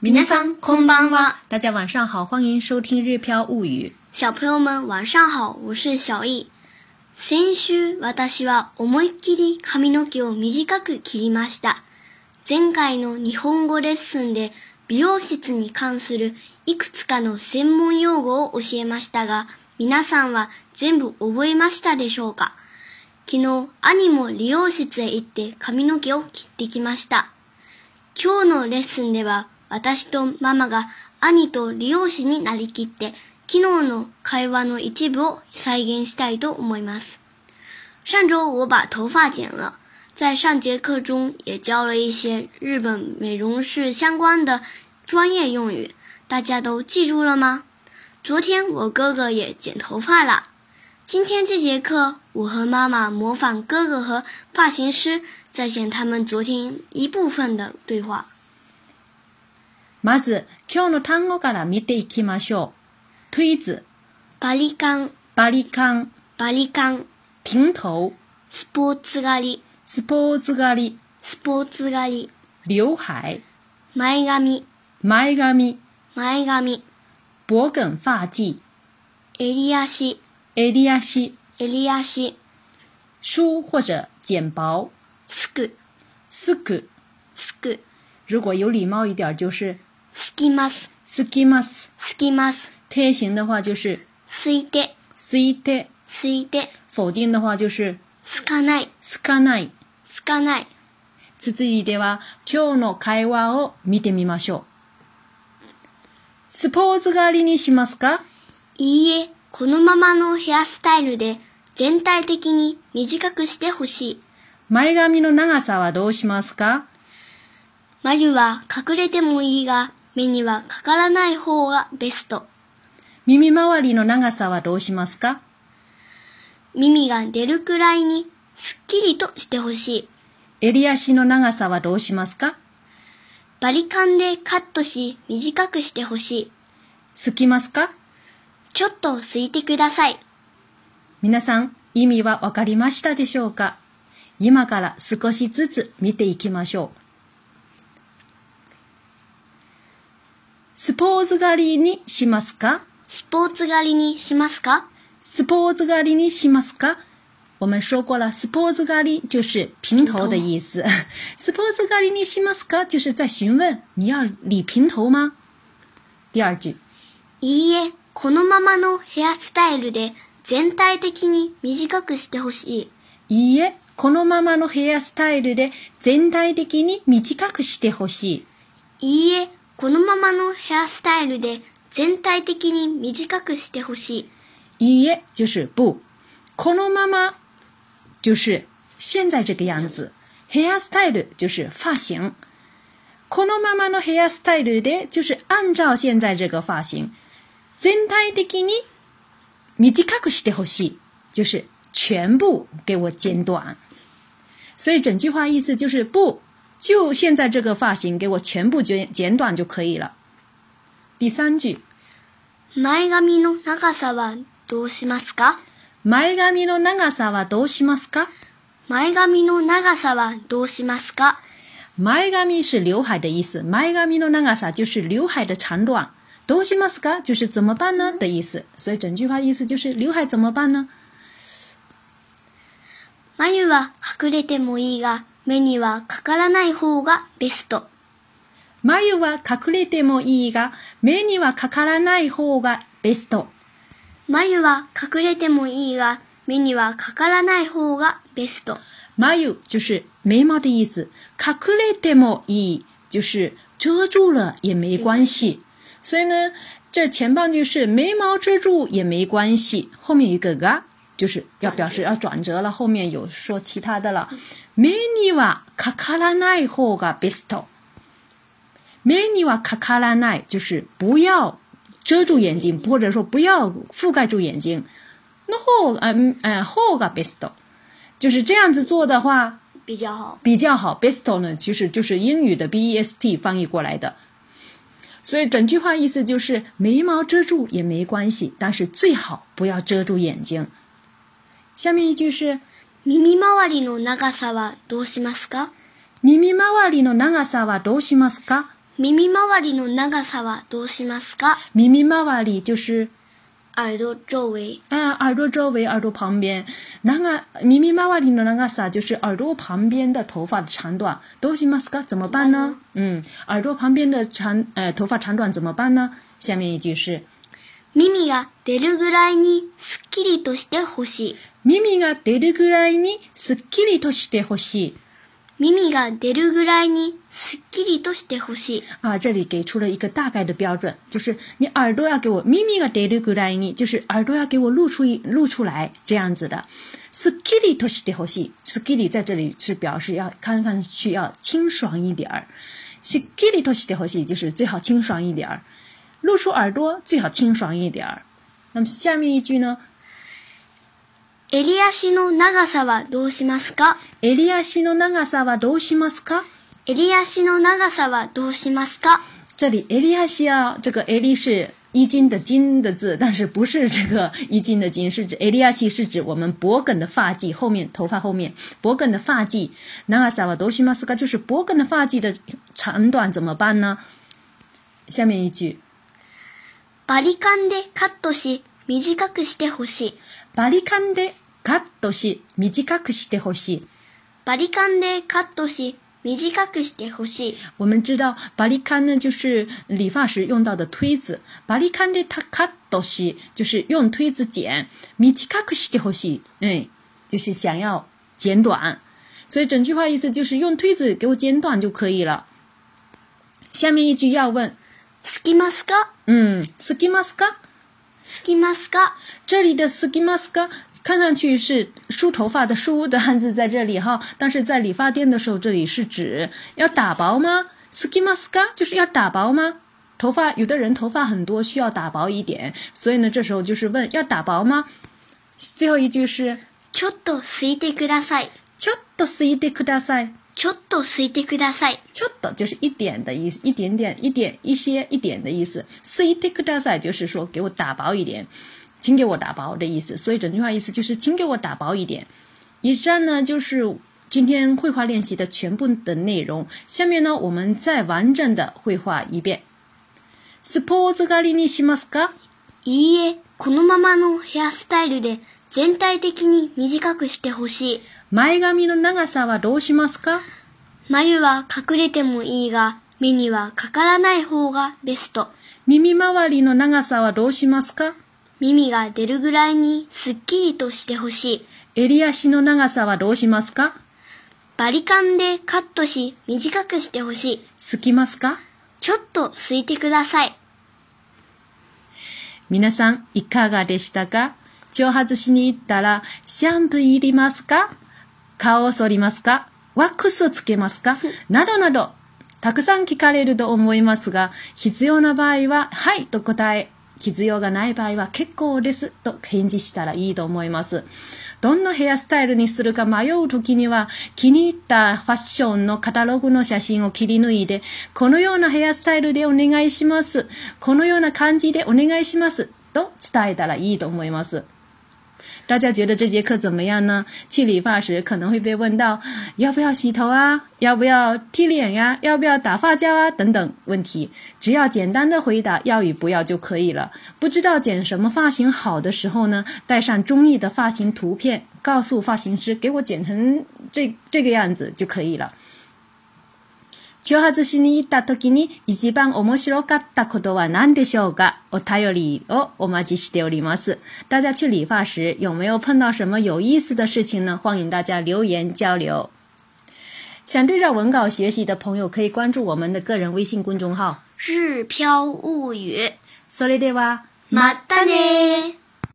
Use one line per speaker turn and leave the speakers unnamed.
皆さんこんばんは。
大家晚上好，欢迎收听《日飘物语
小朋友们晚上好，我是小易。先週私は思いっきり髪の毛を短く切りました。前回の日本語レッスンで美容室に関するいくつかの専門用語を教えましたが、皆さんは全部覚えましたでしょうか昨日、兄も理容室へ行って髪の毛を切ってきました。今日のレッスンでは私とママが兄と理容師になりきって昨日の会话の一部を再現したいと思います。上周我把头发剪了，在上节课中也教了一些日本美容室相关的专业用语，大家都记住了吗？昨天我哥哥也剪头发了。今天这节课，我和妈妈模仿哥哥和发型师再现他们昨天一部分的对话。》。
まず、今日の単語から見ていきましょう。推子、
バリカン、
バリカン、
バリカン、
平头、
スポーツ狩り、
スポーツ狩り、
スポーツ狩り、
刘海、
前髪、
前髪、
前髪、
脖梗发髻、
襟足、
襟足、
襟足、
梳或者剪薄、
すく、
すく。
すく、
如果有礼貌一点，就是
すきます、
すきます。
すきます、
贴形的话就是
すいて、
すいて，
すいて、
否定的话就是
すかない、
すかない。
すかない。
続いては今日の会話を見てみましょう。スポーツ狩りにしますか
いいえ、このままのヘアスタイルで全体的に短くしてほしい。
前髪の長さはどうしますか
眉は隠れてもいいが、目にはかからない方がベスト。
耳周りの長さはどうしますか
耳が出るくらいにすっきりとしてほしい。
襟足の長さはどうしますか
バリカンでカットし短くしてほしい。
すきますか
ちょっとすいてください。
皆さん、意味はわかりましたでしょうか今から少しずつ見ていきましょう。スポーツ狩りにしますか
スポーツ狩りにしますか
スポーツ狩りにしますか我们说过了，スポーツ狩り就是平头的意思。スポーツ狩りにしますか就是在询问你要理平头吗？第二句，
いいえ、このままのヘアスタイルで全体的に短くしてほしい。
いいえ、このままのヘアスタイルで全体的に短くしてほしい。
いいえ、このままのヘアスタイルで全体的に短くしてほしい。
いいえ就是不，このまま就是现在这个样子。ヘアスタイル就是发型，このままのヘアスタイルで就是按照现在这个发型。全体的に短くしてほしい，就是全部给我剪短。所以整句话意思就是不，就现在这个发型给我全部剪剪短就可以了。第三句。
前髪の長さはどうしますか
前髪の長さはどうしますか
前髪の長さはどうしますか
前髪是刘海的意思，前髪の長さ就是刘海的长短。どうしますか就是怎么办呢的意思，所以整句话意思就是刘海怎么办呢？
眉は隠れてもいいが、目にはかからない方がベスト。
眉は隠れてもいいが、目にはかからない方がベスト。
眉は隠れてもいいが、目にはかからない方がベスト。
眉就是眉毛的意思，隠れてもいい就是遮住了也没关系。所以呢，这前半句是眉毛遮住也没关系，后面有一个が，就是要表示要转折了。后面有说其他的了。目にはかからない方がベスト。目にはかからない就是不要遮住眼睛，或者说不要覆盖住眼睛。那后嗯嗯后がベスト。就是这样子做的话
比较好。
比较好。Besto 呢，其实就是英语的 best 翻译过来的。所以整句话意思就是眉毛遮住也没关系，但是最好不要遮住眼睛。下面一句是
耳周りの長さはどうしますか
耳周りの長さはどうしますか？
耳周りの長さはどうしますか
耳周り就是
耳朵周围。
啊，耳朵周围、耳朵旁边，長耳周りの長さ就是耳朵旁边的头发的长短，どうしますか？怎么办呢？嗯，耳朵旁边的长呃头发长短怎么办呢？下面一句是
耳が出るぐらいにすっきりとしてほしい。
耳が出るぐらいにすっきりとしてほしい。
耳が出るぐらいにすっきりとしてほしい。
啊，这里给出了一个大概的标准，就是你耳朵要给我咪咪个 d e r 就是耳朵要给我露出一露出来这样子的。s k i l i t o s h i h o s s k i l i 在这里是表示要看上去要清爽一点儿 s k i l i t o s h i h o s 就是最好清爽一点儿，露出耳朵最好清爽一点儿。那么下面一句呢？
襟足の長さはどうしますか
襟足の長さはどうしますか？
襟足の長さはどうしますか
这里 “a 利亚西亚”这个 “a 利”是一斤的“斤”的字，但是不是这个一斤的“斤”，是指 “a 利亚西”是指我们脖梗的发髻后面，头发后面脖梗的发髻。那萨瓦多西马斯卡就是脖梗的发髻的长短怎么办呢？下面一句
バリカンでカットし、短くしてほしい。
“バリカンでカットし短くしてほしい”。
バリカンでカットし、短くしてほしい。
我们知道“巴利康”呢，就是理发时用到的推子，“巴利康”的它卡多西就是用推子剪，“米奇卡克西”的后西，嗯，就是想要剪短，所以整句话意思就是用推子给我剪短就可以了。下面一句要问，
好きますか
嗯，斯基马斯卡，
好きますか
这里的斯基马斯卡。看上去是梳头发的“梳”的汉字在这里哈，但是在理发店的时候，这里是指要打薄吗 s k i m a s k a 就是要打薄吗？头发有的人头发很多，需要打薄一点，所以呢，这时候就是问要打薄吗？最后一句是
ちょっとすいてください。
ちょっとすいてください。
ちょっとすいてください。
ちょっと就是一点的意思，一点点，一点一些一点的意思。すいてください就是说给我打薄一点，请给我打薄的意思。所以整句话意思就是请给我打薄一点。以上呢就是今天绘画练习的全部的内容。下面呢我们再完整的绘画一遍。スポーツ狩りにしますか？
いいえ、このままのヘアスタイルで全体的に短くしてほしい。
前髪の長さはどうしますか？
眉は隠れてもいいが、目にはかからない方がベスト。
耳周りの長さはどうしますか？
耳が出るぐらいにすっきりとしてほしい。
襟足の長さはどうしますか？
バリカンでカットし、短くしてほしい。
好きますか？
ちょっとすいてください。
皆さん、いかがでしたか挑発しに行ったら、シャンプーいりますか顔を剃りますかワックスつけますかなどなど、たくさん聞かれると思いますが、必要な場合は、はいと答え、必要がない場合は結構ですと返事したらいいと思います。どんなヘアスタイルにするか迷うときには、気に入ったファッションのカタログの写真を切り抜いて、このようなヘアスタイルでお願いします。このような感じでお願いします。と伝えたらいいと思います。大家觉得这节课怎么样呢？去理发时可能会被问到要不要洗头啊，要不要剃脸呀、要不要打发胶啊等等问题，只要简单的回答要与不要就可以了。不知道剪什么发型好的时候呢，带上中意的发型图片，告诉发型师给我剪成这这个样子就可以了。挑発しに行った時に一番面白かったことは何でしょうかお便りをお待ちしております。大家去理发时有没有碰到什么有意思的事情呢？欢迎大家留言交流。想对照文稿学习的朋友可以关注我们的个人微信公众号。
日飘物语。
それでは、
またねー。